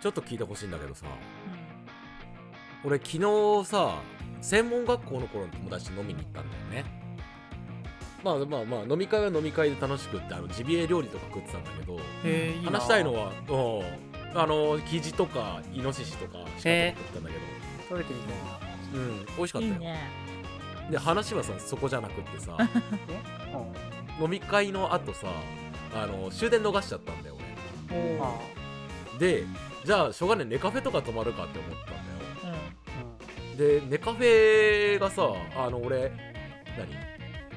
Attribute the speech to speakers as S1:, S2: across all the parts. S1: ちょっと聞いてほしいんだけどさ
S2: うん
S1: 俺昨日さ専門学校の頃の友達と飲みに行ったんだよねまあまあまあ飲み会は飲み会で楽しくってあのジビエ料理とか食ってたんだけど
S2: へーいいな
S1: 話したいのはうんあのキジとかイノシシとか鹿とか食ったんだけ
S2: 食べてみたい
S1: ど、
S2: な
S1: うん美味しかった
S2: い
S1: よ
S2: いね
S1: で話はさそこじゃなくって さ
S3: う
S1: 飲み会の後さあの終電逃しちゃったんだよ
S2: お
S3: んま
S2: ー
S3: あ
S1: 俺でじゃあしょうがないネカフェとか泊まるかって思ったんだよでネカフェがさあの俺何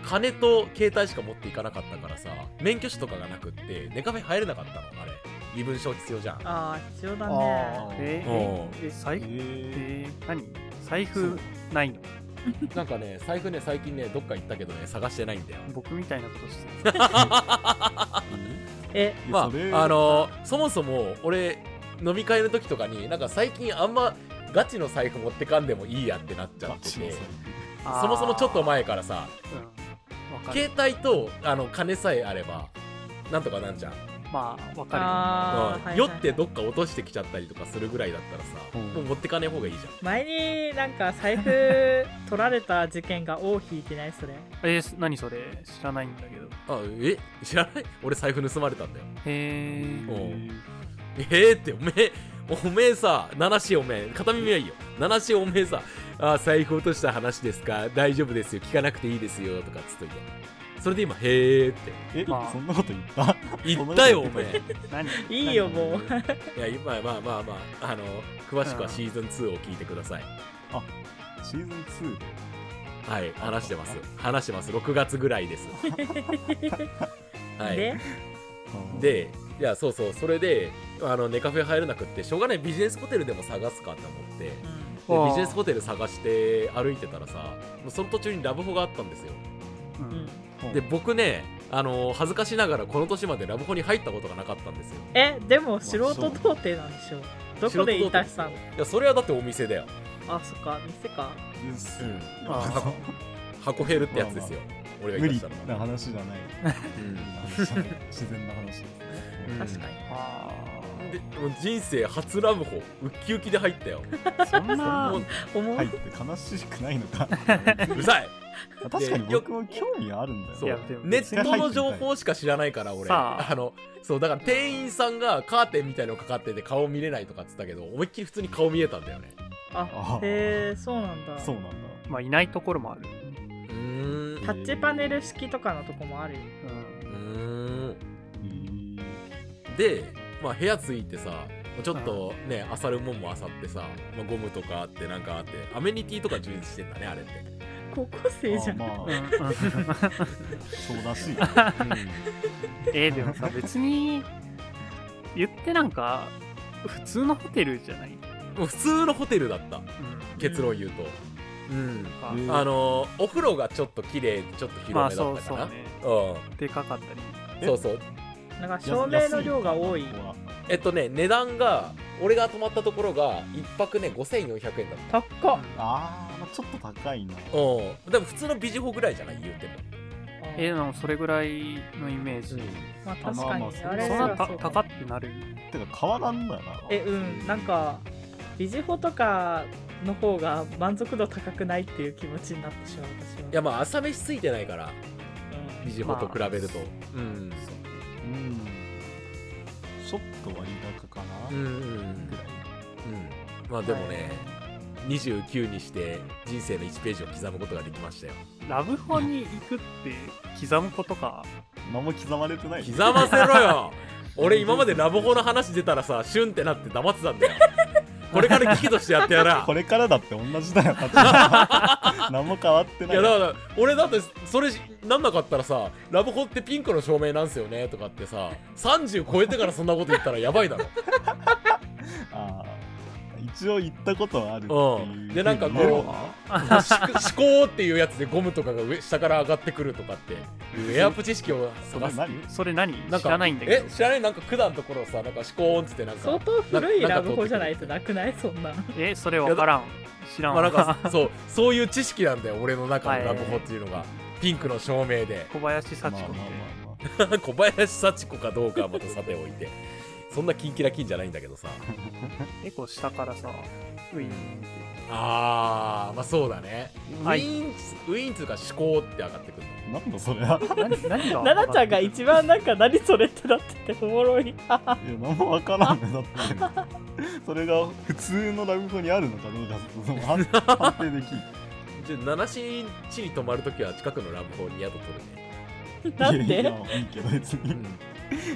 S1: 金と携帯しか持っていかなかったからさ免許証とかがなくってネカフェ入れなかったのあれ身分証必要じゃん
S2: ああ必要だ
S3: あ
S2: ね
S3: ーえ
S1: おう
S3: ええ財布
S1: え
S3: えー、何財
S1: そう
S3: 布ないの
S1: ーなんかね財布ね最近ねどっか行ったけどね探してないんだよ
S3: 僕みたいなことし てる
S2: え
S1: ま
S4: それ
S1: ああのそもそも俺飲み会の時とかになんか最近あんまガチの財布持ってかんでもいいやってなっちゃってて
S3: あー
S1: そもそもちょっと前からさ
S3: うんわか
S1: 携
S3: る
S1: 帯とあの金さえあればなんとかなんじゃん
S3: まあわかるよ
S2: あーはいはいはい
S1: 酔ってどっか落としてきちゃったりとかするぐらいだったらさ、
S4: うん
S1: もう持ってかねえ方がいいじゃ
S2: 前になんか財布取られた事件が尾を引いてないそれ
S3: えーす何それ知らないんだけど
S1: んあえ 知らない俺財布盗まれたんだよ
S3: へ
S1: お
S3: え
S1: うえー、っておめえおめえさ七しおめえ片耳はいいよ七しおめえさあ財布落とした話ですか大丈夫ですよ聞かなくていいですよとかっつっといてそれで今へえって
S4: え、
S3: まあ
S4: そんなこと言った
S1: 言ったよおめ
S3: 何
S2: いいよもう
S1: えいや今まあまあまあまああの詳しくはシーズン2を聞いてください
S4: シーズン2で
S1: はい話してます話してます6月ぐらいですはい
S2: で
S1: で、いや、そうそう、それで、あの、ネカフェ入れなくって、しょうがないビジネスホテルでも探すかと思って、 で
S3: あー
S1: ビジネスホテル探して歩いてたらさ、もうその途中にラブホがあったんですよ。
S3: う
S2: うんうん
S3: ん
S1: で、僕ね、あの、恥ずかしながらこの年までラブホに入ったことがなかったんですよ。
S2: えでも素人童貞なんでしょうどこでいたしたの
S1: いや、それはだってお店だよ。
S2: あそっか店か
S4: シーズ
S1: う
S4: ン
S1: ん。
S4: 2
S3: あ
S4: ま
S1: 箱ヘルってやつですよ。俺
S4: あ
S1: が
S4: 無
S1: 言い出
S4: 理
S1: したの
S4: な
S1: は。
S4: 話じゃない自然な話です
S1: うん
S2: 確かに、
S3: あ
S1: うんでもう人生初ラブホ、ウッキウキで入った よ。
S3: ーそんな
S1: もう
S2: 思う、
S4: 入って悲しくないのか
S1: うるさい
S4: 確かに僕も興味あるんだよ
S1: そう
S3: いやでも
S1: ネットの情報しか知らないから俺
S3: さ
S1: あ
S3: あ
S1: のそうだから店員さんがカーテンみたいのかかってて顔見れないとかっつったけど思いっきり普通に顔見えたんだよね
S2: あ
S4: あ
S2: へ
S4: ー
S2: えそうなんだ
S4: そうなんだ
S3: まあいないところもある
S1: うーん
S2: タッチパネル式とかのとこもあるよ
S3: うん
S1: うん
S4: えー
S1: で、まあ、部屋着いてさちょっとね漁るもんも漁ってさ、まあ、ゴムとかあってなんかあってアメニティとか充実してんだねあれって、
S2: 高校生じゃん、
S4: まあ
S3: う
S4: まあ
S3: んうん
S4: そうらしい
S3: えーでもさ別に言ってなんか普通のホテルじゃない、うん、
S1: もう普通のホテルだった結論言うとうん、
S3: か
S4: うん
S1: あのお風呂がちょっと綺麗でちょっと
S3: まあ
S1: 広めだっ
S3: そう
S1: た
S3: そう
S1: かな、
S3: ね
S1: そ
S3: でかかったり
S1: うんそうそう
S2: なんか照明の量が多い
S4: 安ここは
S1: えっとね値段が俺が泊まったところが1泊ね5400円だっ
S2: 高っ
S3: あ
S4: あーまあちょっと高いな
S1: たうんでも普通のビジホぐらいじゃない言うても
S3: えーでもそれぐらいのイメージ、
S2: まあ確かに
S4: まあまあ
S2: あ
S4: ん
S2: れ
S3: そん
S2: は
S3: な
S2: そ
S3: た
S2: うだね
S3: 高ってなる
S4: てか変わらんだよな
S2: えうんなんかビジホとかの方が満足度高くないっていう気持ちになってしまう私はい
S1: やまあ朝飯ついてないから
S2: うん
S1: ビジホと比べると、
S3: ま
S1: うん
S4: うんちょっと割高かな、
S1: うんうんうん
S4: ぐらい
S1: まあでもね、29にして人生の1ページを刻むことができましたよ
S3: ラブホに行くって刻むことか
S4: 何も刻まれてない
S1: 刻ませろ よ俺今までラブホの話出たらさシュンってなって黙ってたんだよこれから危機としてやってやら
S4: これからだって同じ だよ何も変わって
S1: い
S4: ない
S1: やだから俺だってそれなんなかったらさラブホってピンクの照明なんすよねとかってさ30超えてからそんなこと言ったらやばいだろ
S4: あー一応行ったことはあるって
S1: う
S4: い
S1: ん
S4: う
S1: でなんかこう
S4: まあ
S1: 思考っていうやつでゴムとかが上下から上がってくるとかっていうエアプ知識を
S4: そ
S1: 探
S4: れ
S1: す
S4: 何
S3: それ何
S1: なんか
S3: 知らないんだけ
S1: え
S3: ど
S1: 知らないなんか管のところをさなんか思考音っつってなんか
S2: 相当古い
S1: な
S2: ラブホじゃない
S1: ん
S2: と
S1: か
S2: なくないそんな
S3: えそれ分からん知らん
S1: まあ
S3: わ、
S1: なんかそうそういう知識なんだよ俺の中の
S3: はい
S1: ラブホっていうのがピンクの照明で
S3: 小林
S4: ま
S3: 幸
S4: あま
S3: 子
S4: あ
S3: って、
S4: まあまあ
S1: 小林幸子かどうかはまたさておいてそんなキンキラキンじゃないんだけどさ
S3: エコ下からさ、ウィーンって。
S1: あーまあそうだね、
S3: はい
S1: ウィーンウィーンつうか思考って上がってくる
S4: なんだそれは。
S3: 何何が
S2: 奈々ちゃんが一番なんか何それってなってておもろい
S4: いや、何もわからんね、だって。それが普通の落語にあるのかどうか、その判判定できん。
S1: じゃあ七し地に泊まるときは近くのラブホに宿取る ね、
S2: なん
S4: いやいや
S2: で
S4: まあいいけど、別に。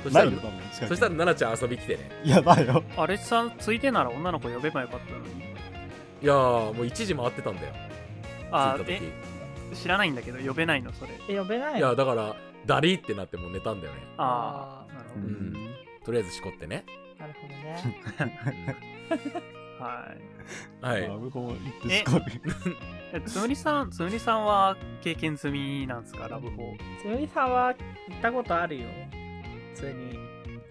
S1: そした
S4: ない
S1: ら
S4: よ、多分。近く
S1: そした
S4: に
S1: ら奈々ちゃん遊び来てね
S4: いや、だよ。
S3: あれさんついてなら女の子呼べばよかったのに。
S1: いやーもう1時回ってたんだよ
S3: あ
S1: 着いた
S3: え
S1: 時
S3: 知らないんだけど、呼べないの、それ。
S2: え呼べない
S1: いやだからダリーってなってもう寝たんだよね
S3: ああ、なるほ
S4: う
S3: ど。
S1: ん
S4: ん
S1: とりあえずしこってね、
S2: なるほどね
S3: はい。
S1: は
S4: ラ
S1: い
S4: ブホ行ってしこる。
S3: えつむりさん、つむりさんは経験済みなんですか、ラブホ。
S2: つむりさんは行ったことあるよ普通に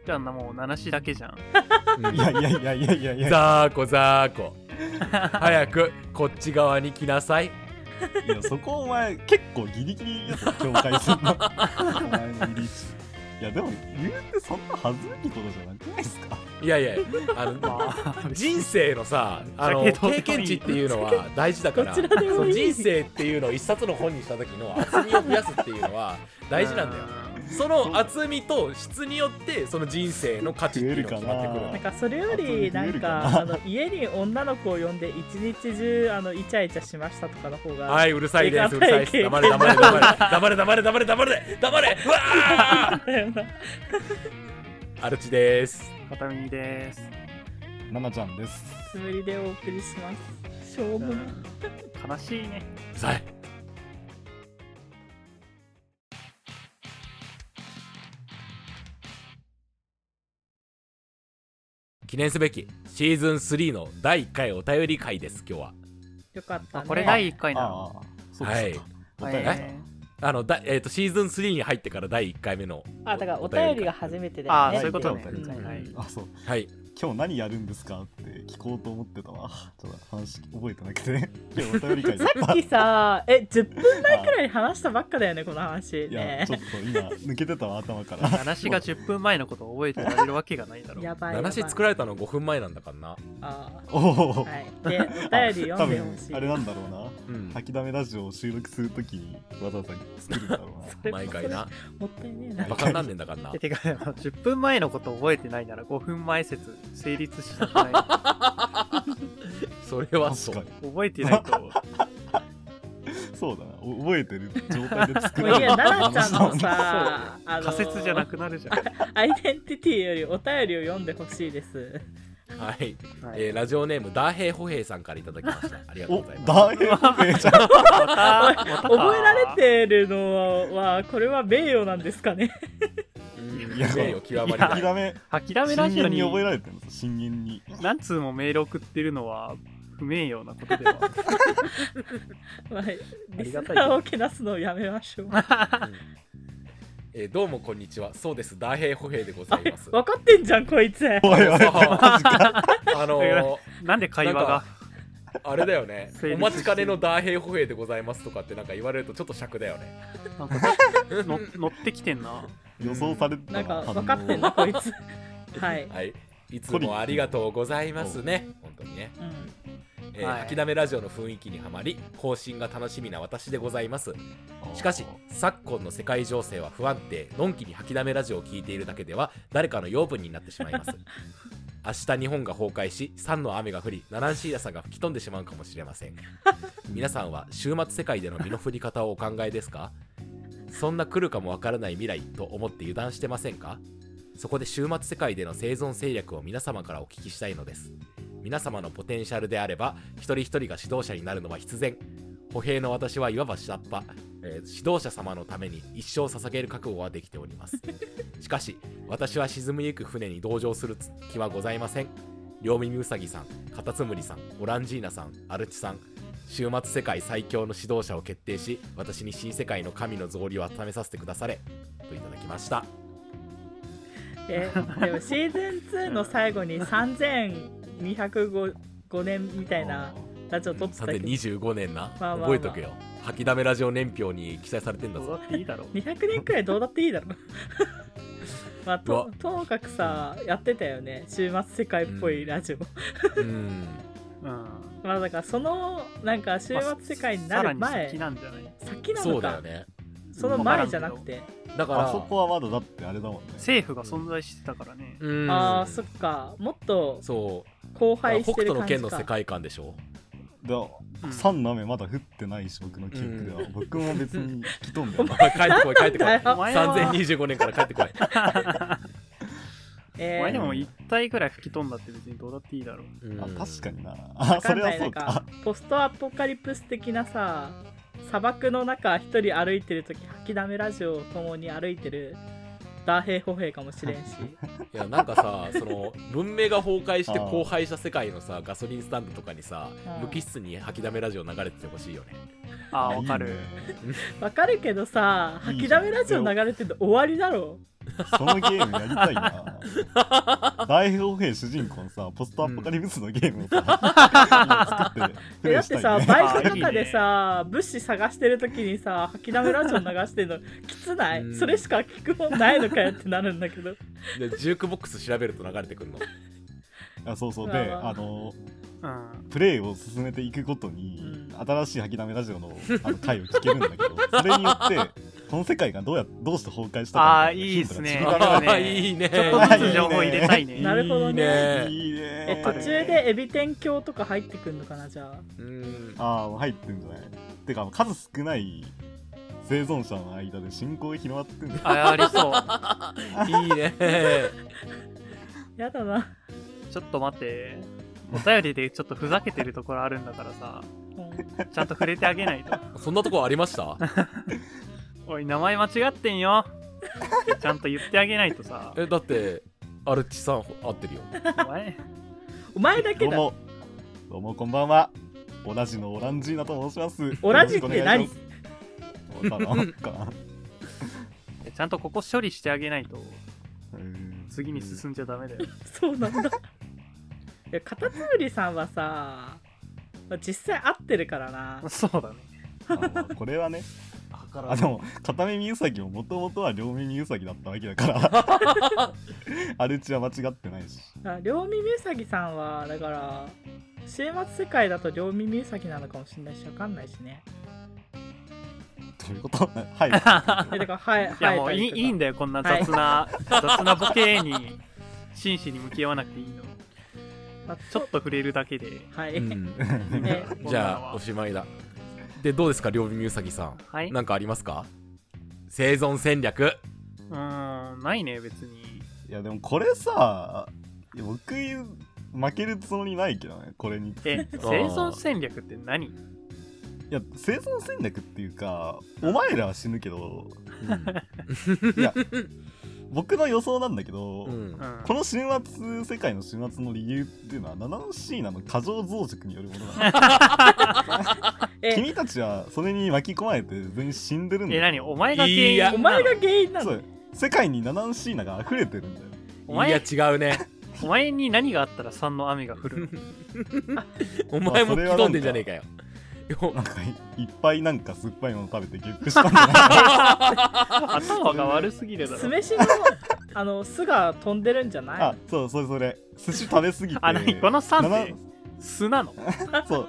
S3: じゃあ、もう、七しだけじゃん。
S1: うん
S4: いやいやいやいやいやいや。
S1: ザーコザーコ早くこっち側に来なさい
S4: いやそこお前結構ギリギリやつ境界線のお前の入り位置いやでも言うてそんな恥ずべきことじゃなくないですか
S1: いやいやあの
S3: ま あ、
S1: 人生のさあの
S3: だけど
S1: 経験値っていうのは大事だから
S2: どちらでもいい
S1: その人生っていうのを一冊の本にした時の厚みを増やすっていうのは大事なんだよその厚みと質によってその人生の価値っていうのが決まってくる
S2: なんかそれよりなんかあの家に女の子を呼んで一日中あのイチャイチャしましたとかの方が、
S1: は
S2: はい、
S1: いうるさいですうるさいです
S2: 映
S1: 黙
S2: 画
S1: れ黙れ黙れ黙れ黙れ黙れ黙れ黙れうわーアルチです
S3: 片耳です。
S4: ナナちゃんです
S2: つむりでお送りしますしょう
S3: う
S2: もない
S3: ん悲しいね。
S1: うるさい記念すべきシーズン3の第1回お便り会です今日は
S2: よかった
S3: あ
S2: ね
S3: これ第1回なの。
S4: ああそうですか、
S3: は
S4: 答
S3: い
S4: え
S1: えあのだ、えー、とシーズン3に入ってから第1回目の
S2: あだからお便りが初めてだよ
S3: あ
S2: ね
S3: そういうことね。
S4: は
S3: はいい
S4: あそう
S1: はい
S4: 今日何やるんですかって聞こうと思ってたわちょっと話覚えてなくて今日お便 り会だっ
S2: さ
S4: た
S2: っきさえ10分
S4: 前
S2: くらい話したばっかだよねこの話
S4: いや
S2: ね
S4: ちょっと今抜けてたわ頭から
S3: 七しが10分前のことを覚えてられるわけがないだろう。
S2: やばいやばい
S1: 話作られたの5分前なんだからな、
S2: あ
S4: おお、
S2: ーはいでお便り読んでほしい
S4: あ多分あれなんだろうな
S1: うん
S4: 吐きだめラジオを収録するときにわざわざ作るんだろうな
S1: 毎回な
S2: もったいねえな
S1: バカになんねんだからな
S3: えてか、10分前のことを覚えてないなら5分前説成立しなくない。
S1: それはそ
S4: 確
S1: う
S4: かに
S3: 覚えてないと。
S4: そうだなお覚えてる状態で作
S2: も
S4: る
S2: う いいや奈々ちゃんのさあの
S3: 仮説じゃなくなるじゃん。
S2: アイデンティティよりお便りを読んでほしいです。
S1: はい、
S3: はい
S1: えーラジオネームダーヘイホヘイさんからいただきましたありがとう
S4: お、
S1: ございます
S4: 大変じゃん。
S3: またまたか
S2: 覚えられてるのは、これは名誉なんですかね。
S1: うん
S4: いや
S1: 名誉極まり
S4: 吐
S1: な
S4: き
S1: い
S4: だめ、
S3: 吐きだめラ
S4: 深
S3: ジオ
S4: 淵に
S3: に
S4: 覚えられてるんです深淵に。
S3: 何通もメール送ってるのは不名誉なことでは
S2: まあ、リ
S3: あり
S2: ス
S3: がたい
S2: ナーをけなすのをやめましょう。あ、
S1: えーどうもこんにちはそうですダーヘイホヘイでござい ます
S2: 分かってんじゃん、こいつ。
S4: おいおい、マジか。
S1: あのー
S3: なんで会話
S1: なん
S3: が
S1: あれだよね
S3: 成立してる
S1: お待ちかねのダーヘイホヘイでございますとかってなんか言われるとちょっと尺だよね
S3: なんかの乗ってきてんな
S4: 予想されてた
S2: なんか、
S4: 反応
S2: 分かってんな、こいつ。 はい。
S1: はいいつもありがとうございますね本当にね
S2: うん、
S1: えー
S3: はい
S1: 吐きだめラジオの雰囲気にはまり更新が楽しみな私でございますしかし昨今の世界情勢は不安定のんきに吐きだめラジオを聞いているだけでは誰かの養分になってしまいます明日日本が崩壊し三の雨が降りナナンシーラさんが吹き飛んでしまうかもしれません皆さんは週末世界での身の振り方をお考えですかそんな来るかもわからない未来と思って油断してませんかそこで週末世界での生存戦略を皆様からお聞きしたいのです皆様のポテンシャルであれば一人一人が指導者になるのは必然歩兵の私はいわば下っ端、えー指導者様のために一生捧げる覚悟はできております しかし私は沈みゆく船に同乗する気はございません両耳うさぎさんカタツムリさんオランジーナさんアルチさん週末世界最強の指導者を決定し私に新世界の神の草履を温めさせてくだされといただきました
S2: え、でも、シーズン2の最後に3205年みたいなラジオ撮ってたけど、
S1: 3025年な、
S2: まあまあまあ
S1: 覚えとけよ吐きだめラジオ年表に記載されてんだ
S3: どうだ
S1: ぞ
S3: っていいだろう
S2: 200年くらいどうだっていいだろ。 まあ、
S1: うわ
S2: とともかくさやってたよね週末世界っぽいラジオ、
S1: うん
S3: うん。
S2: まあだからそのなんか週末世界になる
S3: まあさら
S2: 前、
S3: に先なんじゃない
S2: 先な
S1: そ
S2: の
S1: うだ
S2: か
S1: よね
S2: その前じゃなくて
S1: だから
S4: あそこはまだだってあれだもんね
S3: 政府が存在してたからね。
S1: うん
S2: ああそっかもっと
S1: そう
S2: 荒
S1: だから
S2: 廃
S1: 北
S2: して
S1: 斗
S2: る
S1: の
S2: 感じ
S1: 剣
S2: か
S1: の世界観でしょ
S4: で
S3: うん
S4: 三の雨まだ降ってないし僕の記憶では、僕も別に吹き飛んで
S1: お
S4: な
S1: 前帰ってこい帰ってこい
S2: なんだよ
S3: お前は
S1: 3025年から帰ってこい、
S3: お
S2: え
S3: 前で
S2: ー、
S3: も1体ぐらい吹き飛んだって別にどうだっていいだろう。
S1: うん
S4: あ確かになあ
S2: わ
S4: そ
S2: かん
S4: れ
S2: な
S4: はいそ
S2: なん
S4: うか
S2: かポストアポカリプス的なさ砂漠の中一人歩いてる時吐きだめラジオを共に歩いてるダーヘイホヘイかもしれんし
S1: いやなんかさその文明が崩壊して荒廃した世界のさガソリンスタンドとかにさ
S2: うん
S1: 無機質に吐きだめラジオ流れててほしいよね
S3: ああ、わかる。
S4: いいね
S2: わかるけどさ
S4: い
S2: 吐
S4: いじゃん
S2: きだめラジオ流れてるの終わりだろ
S4: そのゲームやりたいな 大表兵主人公のさポストアポカリプスのゲームをさ、今作って プ
S2: え
S4: レ
S2: だ
S4: イ
S2: っ
S4: してた
S2: さ
S4: い、ね
S2: バイクの中でさ、物資探してる時にさ、吐きだめラジオ流してるの、きつない、
S1: うん
S2: それしか聞くもんないのかよってなるんだ けど。
S1: でジュークボックス調べると流れてくるの
S4: あそうそう
S2: まあ
S4: で
S2: まあ
S4: あの
S3: うん。
S4: プレイを進めていくことに、
S2: う
S4: 新しい吐きだめラジオのあの回を聞けるんだけ どそれによってこの世界がどうやどうして崩壊した
S3: あ
S4: か
S3: あ、
S4: みた
S3: いい
S4: な
S3: っすね。
S4: ヒントが散りばめられ
S1: あ
S4: て
S3: あ
S1: ー
S3: ー
S1: いいね
S3: ちょっとずつ情報入れたいね。
S2: なるほどね
S1: いい
S4: いいね
S2: え、
S3: わ
S2: 途
S3: かる
S2: 中でエビ天教とか入ってくんのかな、じゃあ。
S1: うん
S4: ああ入ってんじゃないてか数少ない生存者の間で信仰が広まってんだよ
S3: あありそう。
S1: いいね
S2: やだな。
S3: ちょっと待って。お便りでちょっとふざけてるところあるんだからさ、
S2: うん
S3: ちゃんと触れてあげないと。
S1: そんなとこありました
S3: おい、名前間違ってんよ。ちゃんと言ってあげないとさ、
S1: えだってアルチさん合ってるよ
S3: お前、
S2: お前だ
S4: ど
S2: け
S4: う
S2: だ。
S4: もどうもこんばんはオラジのオランジーナと申します
S2: オラジっ
S4: よろ
S2: て
S4: しくお願
S2: 何
S4: いしますわからんか
S3: ちゃんとここ処理してあげないと、
S4: うん
S3: 次に進んじゃダメだよ。
S2: そうなんだ。いや、カタツムリさんはさ、まあ実際合ってるからな。
S3: そうだね。
S4: あまあこれはねあでも片耳ウサギももともとは両耳ウサギだったわけだから アルチは間違ってないし
S2: あ両耳うさぎさんは、だから、週末世界だと両耳うさぎなのかもしれないし、わかんないしね。
S4: どういうこと はい
S2: えだから、はい、
S3: いや
S2: は
S3: もういいいいんだよ、こんな
S2: はい
S3: 雑な、雑なボケに真摯に向き合わなくていいの。ちょっと触れるだけで。
S2: はい、
S1: うん
S2: え
S1: じゃあおしまいだでどうですか両耳うさぎさん
S3: はい。う
S1: なんかありますか生存戦略
S3: ーん、ないね、別に。
S4: いやでもこれさいや僕負けるつもりないけどねこれに
S3: え、生存戦略って何
S4: いや生存戦略っていうかお前らは死ぬけど いや僕の予想なんだけど、
S1: うん
S3: うん
S4: この週末世界の週末の理由っていうのはナナノシーナの過剰増殖によるものだ、
S2: え
S4: 君たちはそれに巻き込まれて全員死んでるんだ
S3: え、
S4: よ
S3: 何お前が原
S1: いや
S3: 因
S2: お
S3: な
S2: 前
S3: の
S2: が原因な
S4: そ
S2: の
S4: う世界にナナノシーナが溢れてるんだよ
S3: お
S1: い
S3: 前
S1: や違うね
S3: お前に何があったら3の雨が降る の
S1: お前 も
S4: それ
S1: 吹き
S4: はなんか
S1: 飛んでんじゃねえかよよ
S4: なんかいいっぱいなんか酸っぱいもの食べてゲップしたんだ
S3: 頭が悪すぎるだ
S2: 酢
S3: ろ。
S2: 飯のあの酢が飛んでるんじゃ ない
S4: あそうそれそれ寿司食べすぎて
S3: あ、なにこの3っ
S4: ナ
S3: て素なの
S4: ナそう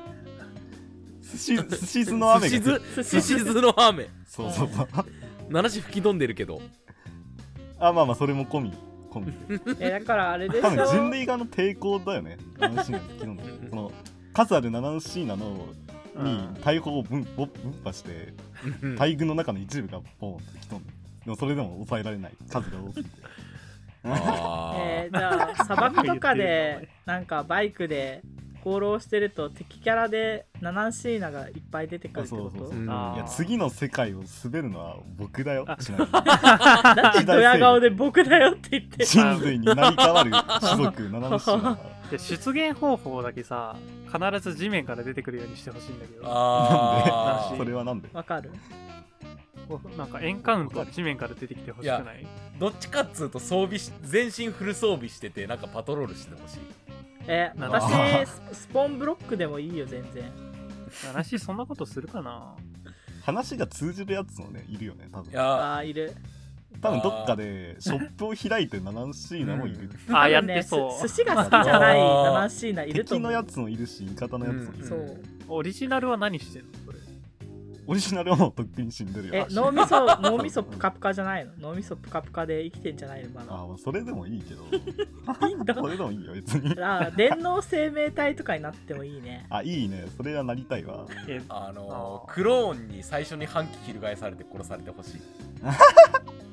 S4: 寿司寿司酢の雨
S1: すし
S4: が
S1: ず
S2: 寿
S1: すしずの雨
S4: そうそうそう
S1: 七し吹き飛んでるけど
S4: あまあまあそれも込み込み
S2: えだからあれでし
S4: 多
S2: ょ
S4: 分人類側の抵抗だよねナナシーナ昨日のその数あるナナノシーナの
S3: う
S4: に
S3: ん
S4: 大砲を分ぼ分破して
S1: うん
S4: 大群の中の一部がボーンって吹き飛んででもそれでも抑えられない数が多すぎて
S1: あー
S2: えーじゃあ砂漠とかでなんかバイクで放浪してると敵キャラでナナンシーナがいっぱい出てくるってこと
S4: あそうそう
S1: う
S4: そ
S1: ん
S3: あー
S4: いや次の世界を滑るのは僕だよ
S3: あ
S4: ちなみに
S2: だってドヤ顔で僕だよって言 って
S4: 人類になり変わる種族ナナノシーナが
S3: で出現方法だけさ、必ず地面から出てくるようにしてほしいんだけど、
S1: あ
S3: ー
S4: それはなんで
S2: わかる
S3: なんかエンカウント地面から出てきてほしくない
S1: ーどっちかっつうと装備し全身フル装備しててなんかパトロールしてほしい
S2: え
S3: なん
S4: だ
S2: 私ススポンブロックでもいいよ全然
S3: 話そんなことするかな
S4: 話が通じるやつもねいるよね多分
S1: いや
S2: あーいる
S4: 多分どっかでショップを開いてナナンシーナもいる、
S3: あーや
S2: 多
S3: っ
S2: 分
S3: て
S2: ね
S3: そ
S2: す
S3: う
S2: 寿司が好きじゃないナナンシーナいると
S4: 敵
S2: 思
S4: の
S2: う
S4: やつもいるし味方のやつもい
S1: う
S4: る、
S1: ん
S2: そう
S3: オリジナルは何してんのそれ
S4: オリジナルはもうとっくに死んでる
S2: え
S4: よ
S2: 脳みそ脳みそプカプカじゃないの脳みそプカプカで生きてんじゃないのま
S4: あ
S2: だ
S4: あまあそれでもいいけど
S2: いいんだ
S4: それでもいいよ別に
S2: あー電脳生命体とかになってもいいね
S4: あいいねそれはなりたいわ
S3: え
S1: あの
S3: あー
S1: クローンに最初に反旗翻されて殺されてほしい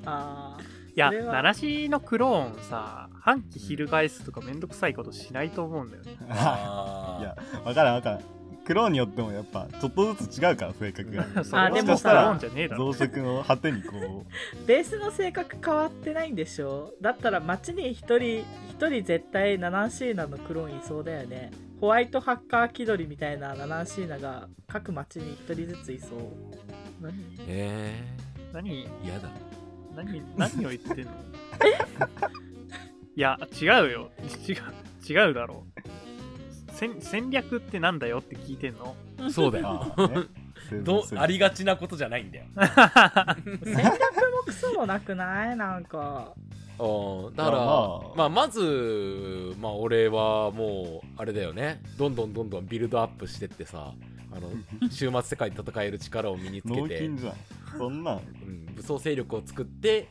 S2: あー
S3: いや
S2: それは
S3: ナナシのクローンさ反旗翻すとかめんどくさいことしないと思うんだよね
S4: あいやわからんわからんクローンによってもやっぱちょっとずつ違うから性格 が
S3: それ
S4: も
S3: でも
S4: しか
S2: も
S3: ク
S4: した
S3: ローン
S4: ら
S3: じゃねえだ
S4: 増
S3: ろ
S4: 殖の果てにこ
S2: ベースの性格変わってないんでしょだったら街に一人一人絶対ナナンシーナのクローンいそうだよねホワイトハッカー気取りみたいなナナンシーナが各街に一人ずついそう何
S1: え
S3: 何
S1: ー、嫌だ
S3: 何何を言ってんのいや違うよ違う違うだろ戦戦略ってなんだよって聞いてんの
S1: そうだ
S4: う
S1: よ
S4: ああ、ね、
S1: どうあり
S4: が
S1: がちなことじゃないんだよ
S2: 戦略もクソもなくないなんか
S1: うんだから、
S4: まあまあ
S1: まあ、まず、まあ、俺はもうあれだよねどんどんどんどんビルドアップしてってさあ の終末世界で戦える力を身につけ
S4: 脳
S1: て、
S4: 筋じゃんそんなん
S1: うん、武装勢力を作って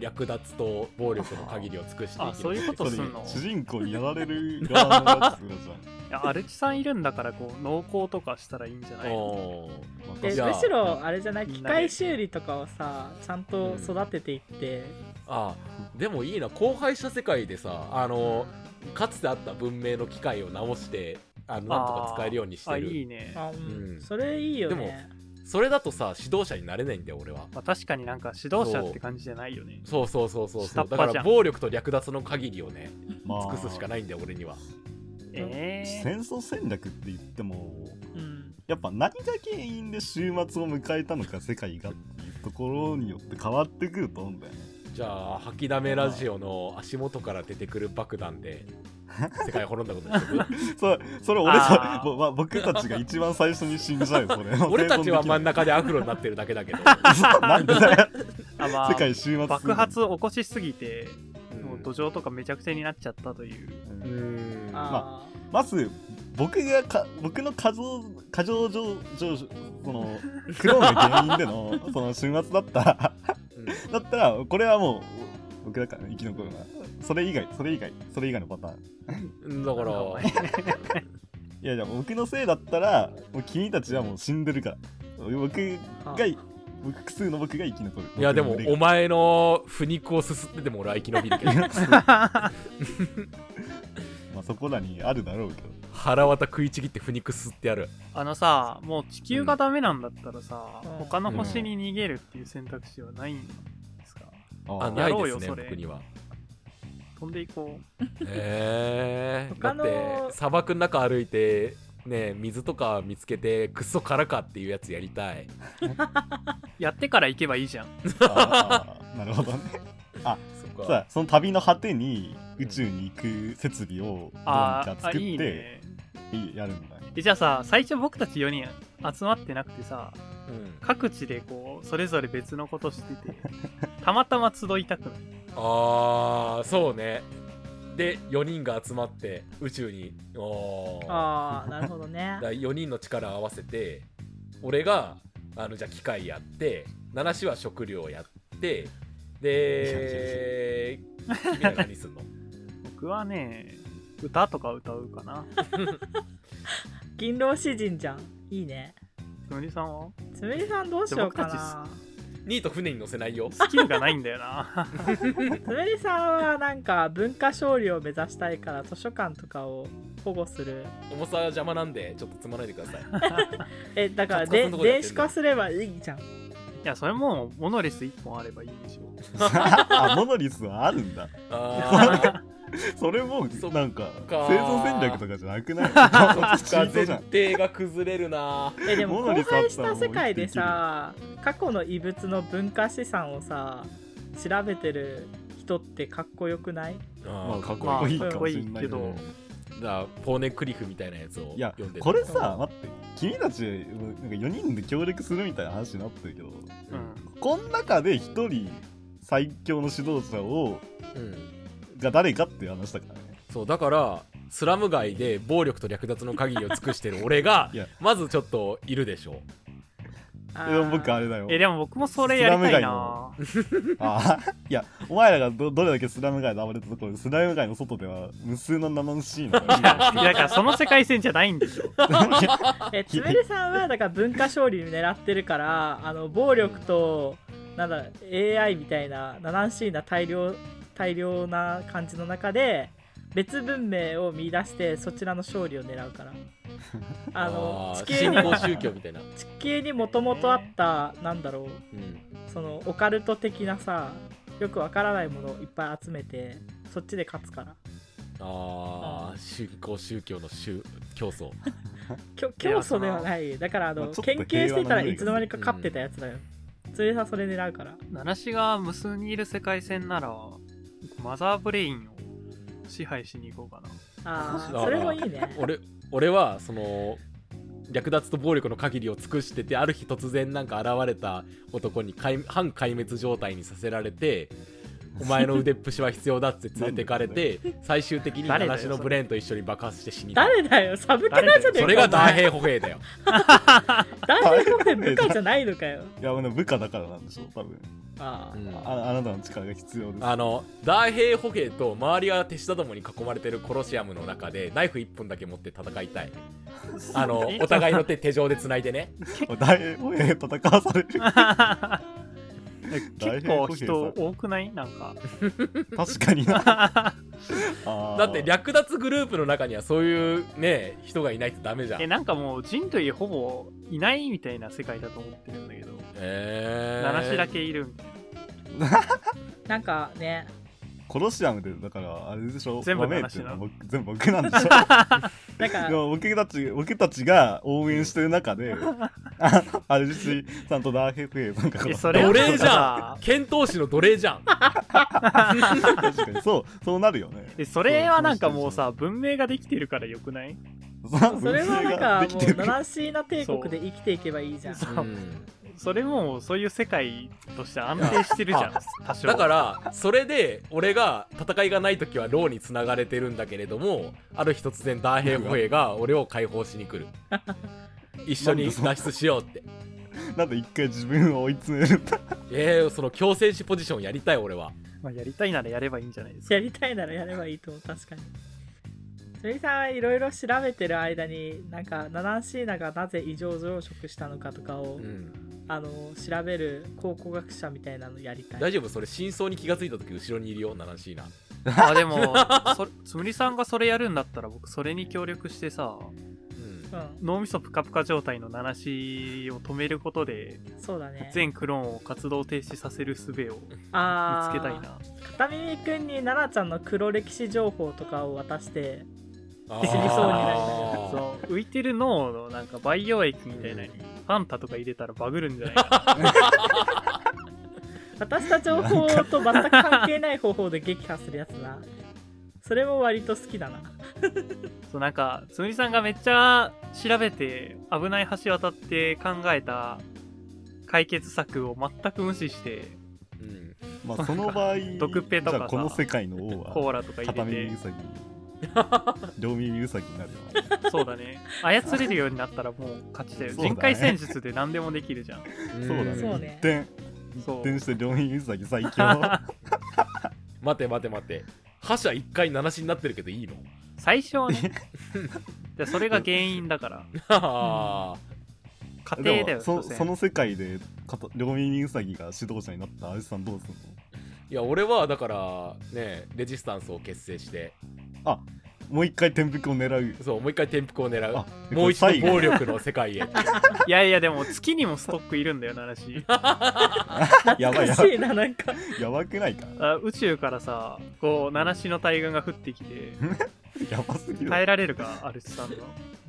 S1: 略奪と暴力の限りを尽くしてい
S3: あそういうこと
S4: それ
S3: すんの
S4: 主人公にやられる側のやつらじゃん
S3: いやアルチさんいるんだからこう濃厚とかしたらいいんじゃないの
S1: おー
S4: まあ
S2: えむ
S4: 確
S1: じ
S4: か
S1: ゃあ
S2: しろあれじゃない
S3: みん
S2: 機
S3: なで
S2: 械修理とかをさちゃんと育てていって、
S1: あでもいいな荒廃した世界でさあのかつてあった文明の機械を直してあのなんとか使えるようにして
S3: あ
S1: る
S3: いいね、ま
S2: あう
S1: う
S2: ん
S1: ん
S2: それいいよね
S1: それだとさ指導者になれないんだよ俺は
S3: あ、確かになんか指導者って感じじゃないよね
S1: そうそうそうそう
S3: 下
S1: そ
S3: っ
S1: うだ
S3: 端
S1: か
S3: じ
S1: ら
S3: ゃん
S1: 暴力と略奪の限りをね
S4: にま
S1: 尽くすしかないんだよ俺には
S3: えー、
S4: 戦争戦略って言っても
S2: うん
S4: やっぱ何が原因で週末を迎えたのか世界がっていうところによって変わってくると思うんだよね
S1: じゃあ吐きだめラジオの足元から出てくる爆弾 で世界滅んだことにしてく
S4: そそれ俺た
S3: あー
S4: ぼま僕たちが一番最初に死んじゃうよそれ
S1: 俺たちは真ん
S4: 中
S1: 中でアフロになってるだけだ けど、
S4: なんでだよ
S3: あま
S4: 世
S3: あ
S4: 界週末
S3: 爆発起こしすぎて
S1: うん
S3: もう土壌とかめちゃくちゃになっちゃったという
S4: う
S1: うんん
S2: あ
S4: まず僕がか僕の過剰過剰上上そのクローンが原因での その週末だったら
S1: うん
S4: だったらこれはもう僕だから生き残るなそれ以外それ以外それ以外のパターン
S1: うんだから
S3: お前
S4: いやいや僕のせいだったらもう君たちはもう死んでるから僕
S2: ーあ
S4: が僕複数の僕が生き残る
S1: いやでも
S4: 僕の
S1: お
S4: 群れが
S1: 前の腐肉をすすってでも俺は生き延び るけど
S4: まあ、そこらにあるだろうけど
S1: 腹渡食いちぎって腐肉すすってやる
S3: あのさもう地球がダメなんだったらさ、
S2: うん
S3: 他の星に逃げるっていう選択肢はないんですか、
S1: あ
S4: ー
S1: ない
S3: やろ
S1: で
S3: う
S1: すね
S3: よそれ
S1: 僕には
S3: 飛んでいこ
S1: へえだっ
S2: 他の
S1: て砂漠の中歩いてね水とか見つけてクソからかっていうやつやりたいう
S3: やってから行けばいいじゃん
S4: あーなるほどね
S1: そっ
S4: さあその旅の果てに宇宙に行く設備をどうに
S3: あ
S4: か
S3: ー
S4: 作
S3: あ
S4: って
S3: いいね
S4: いいやるんだね
S3: えじゃあさ最初僕たち4人集まってなくてさ
S1: うん、
S3: 各地でこうそれぞれ別のことして てたまたま集いたくない
S1: あーそうねで4人が集まって宇宙におー
S2: あーなるほどね
S1: だから4人の力を合わせて俺があのじゃあ機械やって七種は食料やってで君ら何すんの
S3: 僕はね歌とか歌うかな
S2: 勤労詩人じゃんいいね
S3: つむりさんは
S2: つむりさんどうしようか
S3: じゃあ
S2: な
S1: ニート船に乗せないよ
S3: スキルがないんだよ な
S2: つむりさんはなんか文化勝利を目指したいから図書館とかを保護する
S1: 重さが邪魔なんでちょっと積まないでくだ さい
S2: えだから
S1: カツカツ
S2: で
S1: のとこでやってんだ
S2: 電子化すればいいじゃん
S3: いやそれもうモノレス1本あればいいでしょ
S4: あモノリスはあるんだ
S1: あー
S4: それも
S1: そっ
S4: なんか
S1: か
S4: 生存戦略とかじゃな くない
S1: そっか
S4: チート
S1: 前
S4: じゃん
S1: 提が崩れるな
S2: えでも
S4: モノリ
S2: 荒
S4: スあったら
S2: 廃した世界でさ過去の遺物の文化資産をさ調べてる人ってかっこよくない
S4: まあ
S1: あ
S4: かっこいいか
S3: ま
S4: もしれ
S3: あかっこ
S4: ない
S3: い
S4: け
S3: いけど
S4: ど
S1: だからポーネクリフみたいなやつを
S4: いや
S1: 読んでた
S4: これさ待って君たちなんか4人で協力するみたいな話になってるけど
S3: うん
S4: こん中で1人最強の指導者を
S1: うん、
S4: が誰かっていう話だからね
S1: そうだからスラム街で暴力と略奪の鍵を尽くしてる俺が
S4: いや
S1: まずちょっといるでしょ
S2: あ
S4: でも僕あ
S2: れ
S4: れだよ
S3: え、でも僕もそれやりたい
S4: スラム街
S3: な
S4: の。あー いやお前らがどどれだけスラム街で暴れたところスラム街の外では無数のナナンシーン
S3: いや
S4: が
S3: だからその世界線じゃないんでしょ。
S2: えつめるさんはだから文化勝利狙ってるからあの暴力となんだ AI みたいなナナンシーな大量大量な感じの中で別文明を見出してそちらの勝利を狙うからあの
S1: ー
S2: 地球
S1: 新
S2: に
S1: 興宗教みたいな、
S2: 地球にもともとあったなんだろう
S1: うん、
S2: そのオカルト的なさよくわからないものをいっぱい集めてそっちで勝つから
S1: あー新興宗教の宗競争
S2: きょ競争ではないだからあの、
S4: まあちょっと
S2: 研究してたらいつの間にか
S1: 平和な
S2: 勝
S1: 匂いがする
S2: ってたやつだよ、つれさんそれ狙うから
S3: ナナシが無数にいる世界線なら、マザーブレインを支配しに行こうかな。
S2: ああ
S1: あー
S2: それもいいね
S1: 俺俺はその略奪と暴力の限りを尽くしててある日突然なんか現れた男に壊反壊滅状態にさせられてお前の腕っぷしは必要だって連れてかれ て最終的に
S3: 誰だよ
S1: 七種のブレーンと一緒に爆発して死にた
S2: 誰だよサブキャラじゃねえか
S1: それが
S2: お前
S1: 大平歩兵だよ
S2: 大平で部下じゃないのかよ
S4: いやもう部下だからなんでしょう多分
S2: あ
S1: うん
S4: ああなたの力が必要です
S1: あの大平歩兵と周りは手下どもに囲まれてるコロシアムの中でナイフ1本だけ持って戦いたいあ のお互いの手手錠で繋いでね
S4: お大本営戦わされ る
S3: 結構人多くないなんか。
S4: 確かに な あー
S1: だって略奪グループの中にはそういうね人がいないとダメじゃん
S3: え、なんかもう人類ほぼいないみたいな世界だと思ってるんだけど、
S1: え
S3: ナナシだけいるみたいな。
S2: あなんかね
S4: コロシアムでだからあれでしょ
S3: 全部の
S4: 豆っ
S3: 話
S4: ていうのは
S3: な
S4: 僕全部僕なんで しょ
S2: なんか
S4: でも僕たち僕たちが応援してる中 であのあれですしちゃんとダーヘフエなんかこ
S3: え、
S4: う
S3: それ
S1: 奴
S3: を
S1: 隷じゃん剣闘士の奴隷じゃん
S4: 確かにそうそうなるよね
S3: え、それはなんかもうさ、文明ができてるからよくない
S4: そ
S2: それは
S4: で
S2: なん
S4: き
S2: かも
S4: て
S2: う
S4: る
S2: ナナシーナ帝国で生きていけばいいじゃん
S3: そう
S1: うん
S3: それもそういう世界として安定してるじゃん
S1: いや、
S3: 多少。
S1: だからそれで俺が戦いがない時はローに繋がれてるんだけれどもある日突然ダーヘイホエイが俺を解放しに来る一緒に脱出しようって
S4: なんで一回自分を追い詰めるんだ
S1: えー、その強戦士ポジションやりたい俺は
S3: まあ、やりたいならやればいいんじゃないですか。
S2: やりたいならやればいいと思う確かにつれさんはいろいろ調べてる間になんかナナンシーナがなぜ異常増殖したのかとかを、
S1: うん
S2: あの調べる考古学者みたいなのやりたい
S1: 大丈夫それ真相に気がついた時後ろにいるよナナシーナ
S3: あでもそつむりさんがそれやるんだったら僕それに協力してさ
S1: うん
S2: う
S3: 脳みそプカプカ状態のナナシを止めることで
S2: ん、そうだね。
S3: 全クローンを活動停止させる術を見
S2: あ
S3: つ
S2: ー
S3: けたい。な
S2: 片耳くんに奈々ちゃんの黒歴史情報とかを渡して、
S1: あー
S2: 死にそうになり
S3: その浮いてる脳のなんか培養液みたいなのにファンタとか入れたらバグるんじゃないかな
S2: 渡した情報と全く関係ない方法で撃破するやつな。それも割と好きだな。
S3: そうなんかつむりさんがめっちゃ調べて危ない橋渡って考えた解決策を全く無視して
S1: うん
S4: まあその場合
S3: 毒ペとかさ
S4: じゃあこの世界の王は
S3: コーラとか入れ
S4: 片耳
S3: て
S4: ウサギ 両耳ウサギになるよ
S3: そうだね。操れるようになったらもう勝ちだよ。
S4: そうだね
S3: 人海戦術で何でもできるじゃん。
S4: そうだね
S2: そうね
S4: 一転
S3: そ
S4: 一
S3: う。
S4: 転して両耳ウサギ最 強
S1: 待て待て待て覇者一回七死になってるけどいいの
S3: 最初は ね。でそれが原因だから。
S1: あー
S3: 家庭だ
S4: で
S3: よ、
S4: もそ
S3: 所詮
S4: その世界で片両耳ウサギが指導者になったアジさんどうする
S1: いや俺はだからねレジスタンスを結成して
S4: のもう一回転覆を狙う
S1: そうもう一回転覆を狙
S4: あ
S1: うもう一度暴
S4: 力
S1: 力の世界へ
S3: いやいや、でも月にもストックいるんだよな、 話。
S4: や
S2: おか
S4: ばいや
S2: し
S4: ばい
S2: いな、なんか。
S4: やばくないか
S3: あ宇宙からさ、こう、七種の大群が降ってきて、
S4: やばすぎる
S3: 耐えられるか、アルシさんの。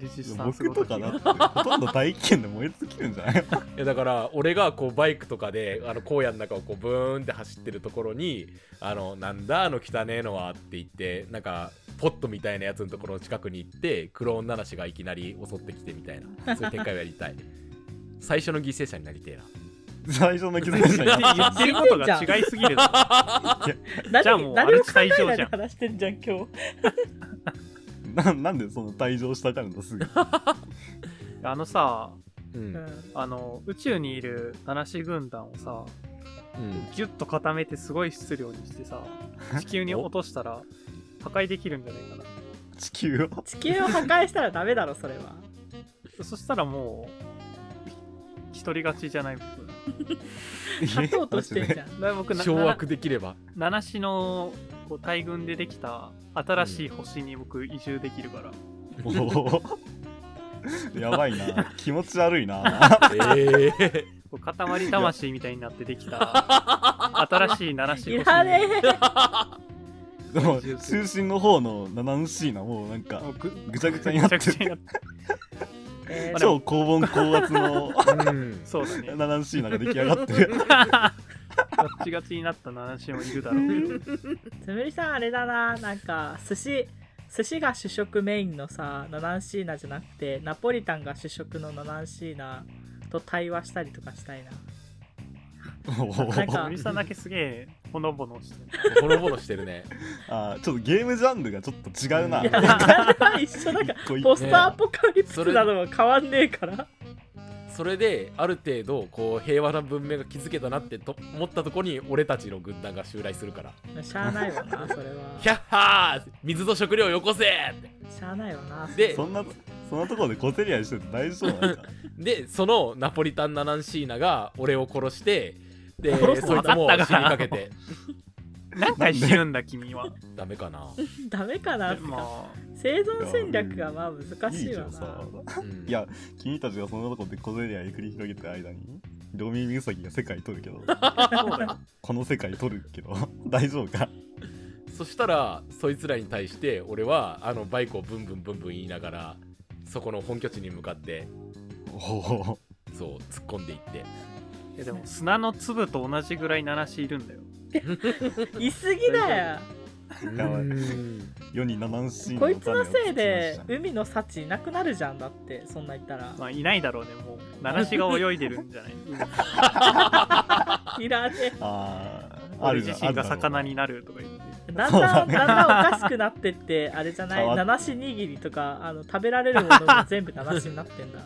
S3: レジスタンス
S4: 僕
S3: ご
S4: と
S3: と
S4: か
S3: き
S4: だってほとんど大気圏で燃え尽きるんじゃない
S1: いやだから俺がこうバイクとかであの荒野の中をこうブーンって走ってるところに「あのなんだあの汚ねえのは」って言ってなんかポットみたいなやつのところの近くに行ってクローンナナシがいきなり襲ってきてみたいなそういう展開をやりたい最初の犠牲者になりてえな
S4: 最初の気づきじゃ ない
S3: 言ってることが違いすぎるぞ。
S2: 何
S3: じゃあもう
S2: 何も考え
S3: アルチ
S2: な
S3: 退場
S2: い
S3: じ
S2: で
S3: ゃん
S2: 話してんじゃん今日
S4: ななんでその退場したからのすぐ
S3: あのさ、
S1: う
S2: うんん
S3: あの、宇宙にいる七種軍団をさ、ギュッと固めてすごい質量にして さ、地球に落としたら破壊できるんじゃないかな。
S4: 地球を
S2: 地球を破壊したらダメだろそれは
S3: そしたらもう、独り勝ちじゃない僕。
S2: 勝とうとしてんじゃん
S3: だいぶ僕な
S1: 掌握できれば
S3: 七種のこう大群でできた新しい星に僕移住できるから、
S4: おー やばいな気持ち悪いな
S1: ええ
S3: こう塊魂みたいになってでき た新しい七種
S2: い
S3: 星
S2: らねえ
S4: でも中心の方の 7C なもうなんか
S3: もうぐ
S4: ぐちゃぐちゃになって
S3: ぐちゃぐちゃになって
S2: えー
S4: 超高温高 圧の
S1: うん
S3: そうだ ね
S4: 7C なんか出来上がってる
S3: ガッチガチになった七種もいるだろうけど
S2: つむりさんあれだななんか寿司寿司が主食メインのさナナンシーナじゃなくてナポリタンが主食のナナンシーナと対話したりとかしたいな
S4: おー
S2: なんか
S3: 森さんだけすげえほのぼのしてる
S1: ほろぼろしてるね
S4: あーちょっとゲームジャンルがちょっと違うない
S2: やだから一緒だから
S4: 一個一個
S2: ポストアポカリプスなのは変わんねえから
S1: それである程度こう平和な文明が築けたなってと思ったとこに俺たちの軍団が襲来するから
S2: しゃあないわなそれ
S1: 「
S2: は
S1: キャッハー水と食料よこせ!」って
S2: しゃあないわな
S1: で
S4: そんなそんなところで小競り合いしてて大丈夫なのか
S1: でそのナポリタン・ナナンシーナが俺を殺してで
S3: 殺すの
S1: そいつも
S3: 分かった
S1: 死に
S3: から
S1: かけて
S3: 何回死ぬんだ君は
S1: ダメ かな、
S2: ダメか な
S3: ま
S2: 生存戦略がまあ難
S4: い
S2: し
S4: い
S2: い
S4: じゃ
S2: わ
S4: ん
S2: な
S4: さ
S1: うん
S4: いや君たちがそんなとこで小競り合い繰り広げてる間にドミミウサギが世界取る けど
S3: あそうだよ
S4: この世界取るけど 大丈夫か
S1: そしたらそいつらに対して俺はあのバイクをブンブンブンブン言いながらそこの本拠地に向かって
S4: おお
S1: そう突っ込んでいって
S3: いやでも砂の粒と同じぐらい七種いるんだよ
S2: いすぎだよ
S4: やばい
S1: うん
S4: 世に七シーン
S2: こいつのせいで海の幸いなくなるじゃんだってそんな言ったら
S3: まあいないだろうねもう七種が泳いでるん じゃない
S2: いらねえ
S4: あーあ
S3: 俺
S4: るじ
S3: 自
S4: ゃん
S3: 身が魚
S4: に
S3: になるとか言って
S2: だん
S4: そう
S2: だ
S4: だ
S2: ん、
S4: ね
S2: だんだんおかしくなってって、あれじゃない、
S4: 変わっ
S2: 七し握りとか、あの食べられるもの も全部七しになってんだ。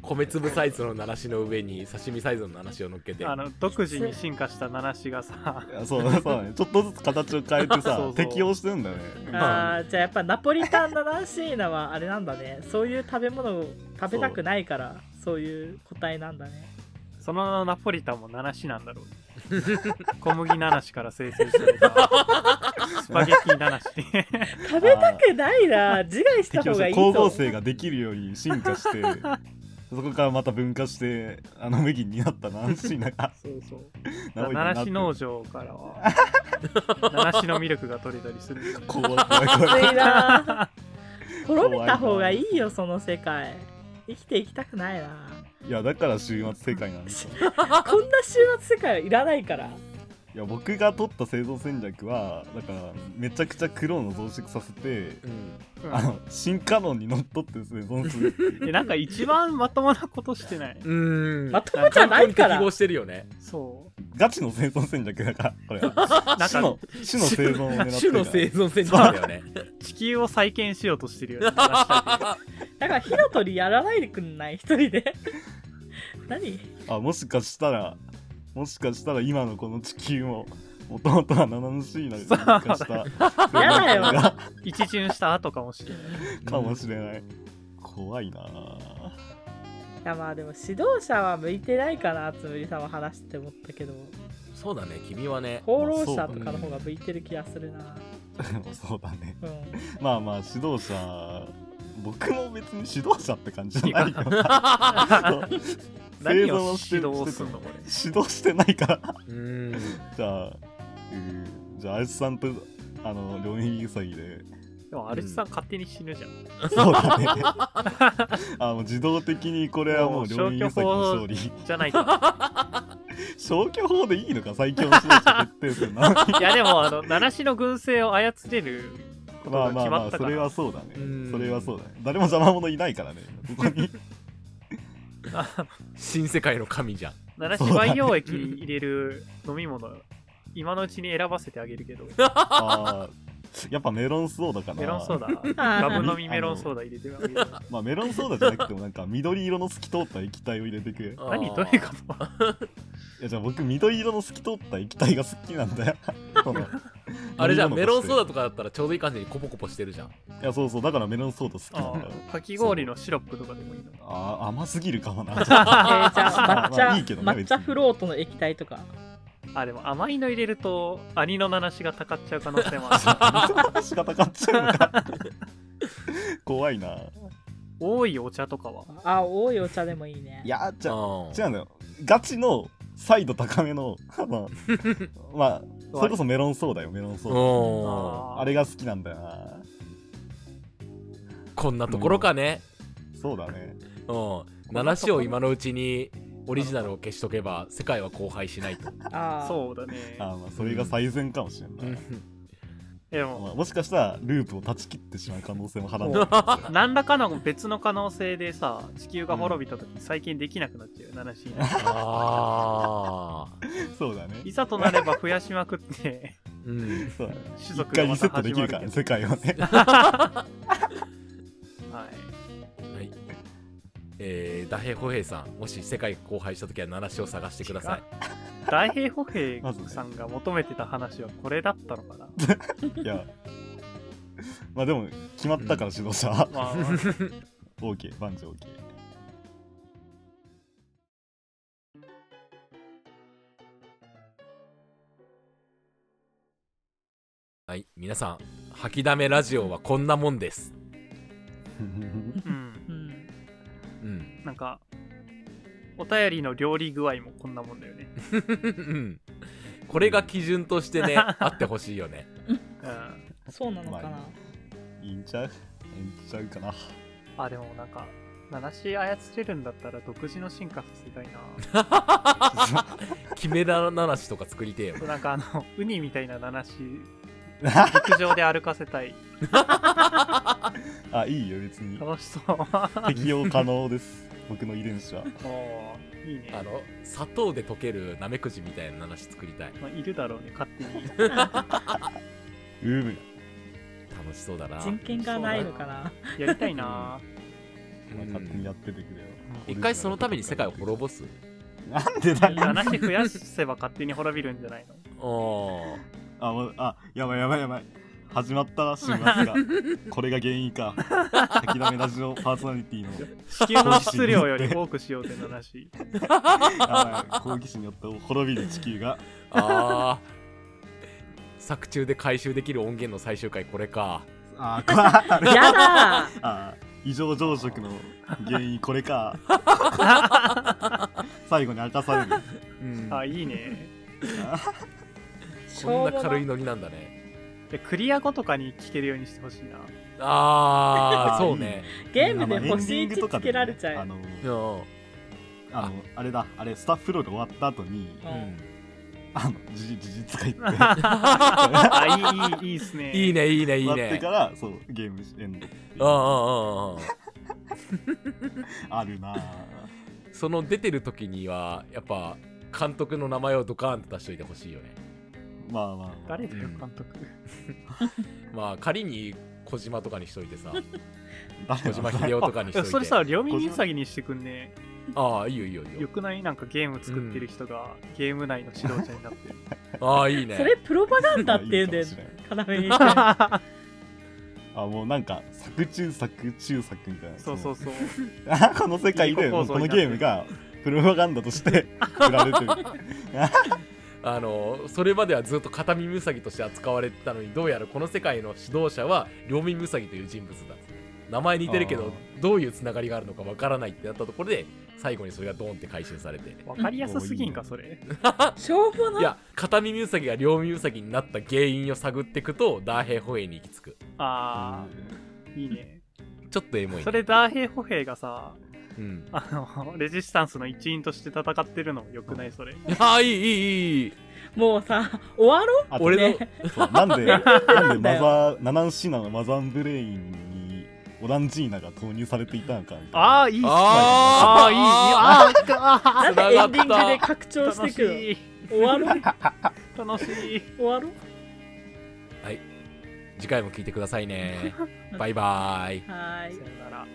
S1: 米粒サイズのナナシの上に刺身サイズのナナシを乗っけて
S3: あの独自に進化した七種がさ
S4: そうそうだねちょっとずつ形を変えて
S3: そ
S4: さ
S3: うそう
S4: 適応してるんだね
S2: あーじゃあやっぱナポリタン七しーナはあれなんだね。そういう食べ物を食べたくないから、そういう個体なんだね。
S3: そのナポリタンも七種なんだろう ね小麦七種から生成されたスパゲティ七種
S2: 食べたくないな、自害した
S4: 適応
S2: 方が
S4: し
S2: いい
S4: て光合
S2: ぞ。
S4: 成ができるように進化してそこからまた分化してあの無銀になったナンシーナが
S3: そうそう
S4: ナオイに な
S3: 七
S4: っ
S3: 種
S4: てる
S3: 農場から は七種のミルクが取れたりするんだよね
S4: 怖い怖い怖い
S2: 熱いな。 滅びた方がいいよ、その世界。生きていきたくないな。
S4: いやだから終末世界なんですよ
S2: こんな終末世界はいらないから。
S4: いや僕が取った製造戦略はだからめちゃくちゃクローンを増殖させて
S1: うん
S3: うん
S4: あの進化論にのっとって生存するっていう
S3: えなんか一番まともなことしてない
S1: うん
S2: まともじゃないか
S1: 適
S2: ら。
S1: 合してるよね
S3: そ
S4: ガチの生存戦略だからこれは
S3: うなん
S4: 種の
S3: か
S4: 種の生存を狙って
S1: 種
S4: る
S1: の生存戦略だよね
S3: 地球を再建しようとしてるよ ね七種
S2: だから火の鳥やらないでくんない一人で 何
S4: あもしかしたらもしかしたら今のこの地球ももともとはナナノシーナが進化した生
S2: や だよ
S4: 存が
S3: 一巡した後かもしれない
S4: かもしれない怖いなぁ
S2: い やまあでも指導者は向いてないかなつむりさんは話してて思ったけど
S1: そうだね君はね
S2: 功労者とかの方が向いてる気がするな
S4: そうだね
S2: うん、
S4: まあまあ指導者僕も別に指導者って感じじゃないよな
S3: 何を
S4: をして
S3: 指導すんのこれ
S4: 指導してないから
S1: うん
S4: じゃあ、うーじゃああいつさんとあの両耳ウサギ で
S3: でもアルチさん勝手に死ぬ じゃん
S4: そうだねあもう自動的にこれはもう両耳ウサギの勝利
S3: じゃないか
S4: 消去法でいいのか最強の指導者決定戦なのに
S3: いやでもあの七種の軍勢を操れることが
S4: まあま
S3: 決
S4: あ
S3: ま
S4: ま
S3: っ
S4: あ
S3: た
S4: そ
S3: から
S4: れはそうだね
S1: うん
S4: それはそうだね誰も邪魔者いないからねここに
S1: 新世界の神じゃん
S3: 七種培養液に入れる飲み物、今のうちに選ばせてあげるけど、
S4: あーやっぱメロンソーダかな
S3: メロンソーダ、
S2: あ
S3: ガブ飲みメロンソーダ入れてあげる。
S4: まあメロンソーダじゃなくてもなんか緑色の透き通った液体を入れてくい
S3: 何どういうこと
S4: やじゃあ僕緑色の透き通った液体が好きなんだよその
S1: あれじゃんメロンソー
S4: 飲み物と
S1: ダとかだったらちょうどいい感じにコポコポしてるじゃん
S4: していやそうそうだからメロンソーダ好
S3: あ
S4: きなんだよ
S3: ーかき氷のシロップとかでもいいのか
S4: あー甘すぎるかもな
S2: えーじゃあ抹
S4: ま
S2: 茶
S4: あいいけどね
S2: 抹茶フロートの液体とか
S3: あでも甘いの入れると兄の七種がたかっちゃう可能性 もある
S4: 話がたかっちゃうのか怖いな
S3: 多いお茶とかは
S2: あ多いお茶でもいいね
S4: いやじゃあ
S1: うん
S4: 違うんだよガチのサイド高めの まあ、まあ、それこそメロンソーダよメロンソーダ
S1: うん
S4: あれが好きなんだよな
S1: こんなところかね
S4: そうだね
S1: うん七種を今のうちにオリジナルを消しとけば世界は荒廃しないと
S2: あー
S3: そうだね
S4: あーまあそれが最善かもしれない、
S3: で
S4: ま
S3: も
S4: あ、もしかしたらループを断ち切ってしまう可能性もはらんで
S3: も
S4: る
S3: う 何らかの別の可能性でさ地球が滅びた時、最近できなくなっちゃう七種以内
S1: ああ
S4: そうだね
S3: いざとなれば増やしまくって
S1: うん
S4: そうだね
S3: 種
S4: 一
S3: 族が
S4: 回リ
S3: ま
S4: セ
S3: た
S4: ット
S3: 始
S4: でき
S3: まる
S4: るからね
S3: け
S4: 世界は ね
S3: どは
S1: は
S3: い
S1: いえー、ダヘホヘイさんもし世界が荒廃した時は七種を探してください
S3: 大平歩兵さんが求めてた話はこれだったのかな、
S4: いやまあでも決まったから指導者
S3: まあまあ
S4: OK 万丈 OK
S1: はい皆さん吐きだめラジオはこんなもんです
S3: うん
S2: うん
S1: うん
S3: なんかお便りの料理具合もこんなもんだよね、
S1: うんこれが基準としてねあってほしいよね
S3: うん
S2: そうなのかな、
S4: まいいんちゃういいんちゃうかな
S3: あでもなんか七し操れるんだったら独自の進化させたいな
S1: 決めだななしとか作りてえよ
S3: なんかあのウニみたいな七 し陸上で歩かせたい
S4: あいいよ 別に
S3: 楽しそう
S4: 適用可能です僕の遺伝子は
S3: おーいいね
S1: あの砂糖で溶けるナメクジみたいな話作りたい
S3: まあ、いるだろうね勝手に
S4: うむ
S1: 楽しそうだな
S2: 人権がないのかな
S3: やりたいな
S4: まあ勝手にやっててくれよ
S1: 一回そのために世界を滅ぼす
S4: なんでだよ
S3: 七し増やせば勝手に滅びるんじゃない の
S1: お
S4: あもうあやばいやばいやばい始まったな週 末がこれが原因か諦めラジオパーソナリティの
S3: 地球の質量より多くしようぜ七し
S4: やばい好奇心によって滅びる地球が
S1: あー作中で回収できる音源の最終回これか
S4: あ ー怖いあれ
S2: やだ ー
S4: あー異常増殖の原因これ か最後に明かされる
S1: うん
S3: あいいね
S1: こんな軽いノリなんだね
S3: でクリア後とかに聞けるようにしてほしい な
S1: あ
S4: あ
S1: あ
S4: ー
S1: そうね
S2: ゲームで
S4: あの
S2: 星
S4: エンディングと
S2: 1
S4: か
S2: つけ
S4: でもね
S2: られちゃ
S4: あ
S2: う
S4: の
S1: うん
S4: あのあれだあれスタッフロール終わった後に
S1: う
S2: う
S1: んん
S4: あの事事実書いて
S3: あいいいいいいっすね
S1: いいねいいねいい
S4: 終わって
S1: ね
S4: からそうゲームエンドっていう
S1: うんうんうんうん
S4: あるなぁ
S1: その出てる時にはやっぱ監督の名前をドカーンと出しといてほしいよね
S4: まあまあ、まあ、
S3: 誰だよ
S1: うん
S3: 監督
S1: まあ仮に小島とかにしといてさ
S4: 誰
S1: 小
S4: だ
S1: 島秀夫とかにしといて
S3: それさ両耳塞ぎにしてくんね
S1: ああいいよいいよいい
S3: よ
S1: よ
S3: くないなんかゲーム作ってる人が、ゲーム内の指導者に なってる
S1: ああいいね
S2: それプロパガンダっていうんだ
S4: いい
S2: よ
S4: かもしれん
S2: 要に
S4: あもうなんか作中作中作みたいな
S3: そうそうそう
S4: あ この世界
S3: い
S4: で
S3: い構
S4: こ
S3: 造
S4: の
S3: になって
S4: ゲームがプロパガンダとして売られてる
S1: あのそれまではずっと片耳塞ぎとして扱われてたのにどうやらこの世界の指導者は両耳塞ぎという人物だ名前似てるけ
S4: あ
S1: どどういうつながりがあるのかわからないってなったところで最後にそれがドーンって回収されて
S3: わかりやすすぎんかそれ
S2: しょうも
S1: い
S2: な
S1: や片耳塞ぎが両耳塞ぎになった原因を探っていくとダーヘイホエイに行き着く
S3: ああいいね
S1: ちょっとエモいね
S3: それダーヘイ歩兵がさ
S1: うん、
S3: あの レジスタンスの一員として戦ってるのもよくないそれ
S1: ああいいいいいい
S2: もうさ終わ ろう
S4: あと
S1: 俺の
S2: ね
S4: そうなんでなん
S2: だ
S4: でマ
S2: よ
S4: ザーナナンシナのマザーンブレインにオランジーナが投入されていたのかみたいな
S3: ああ、いいっすね。
S1: あ
S3: ああー、いい。あーあー、
S2: なんでエンディングで拡張して
S3: 楽
S2: くる
S3: しい。
S2: の終わろう
S3: 楽しい。
S2: 終わろう
S1: 次回も聞いてくださいねバイバーイ
S2: はーい
S3: さよなら。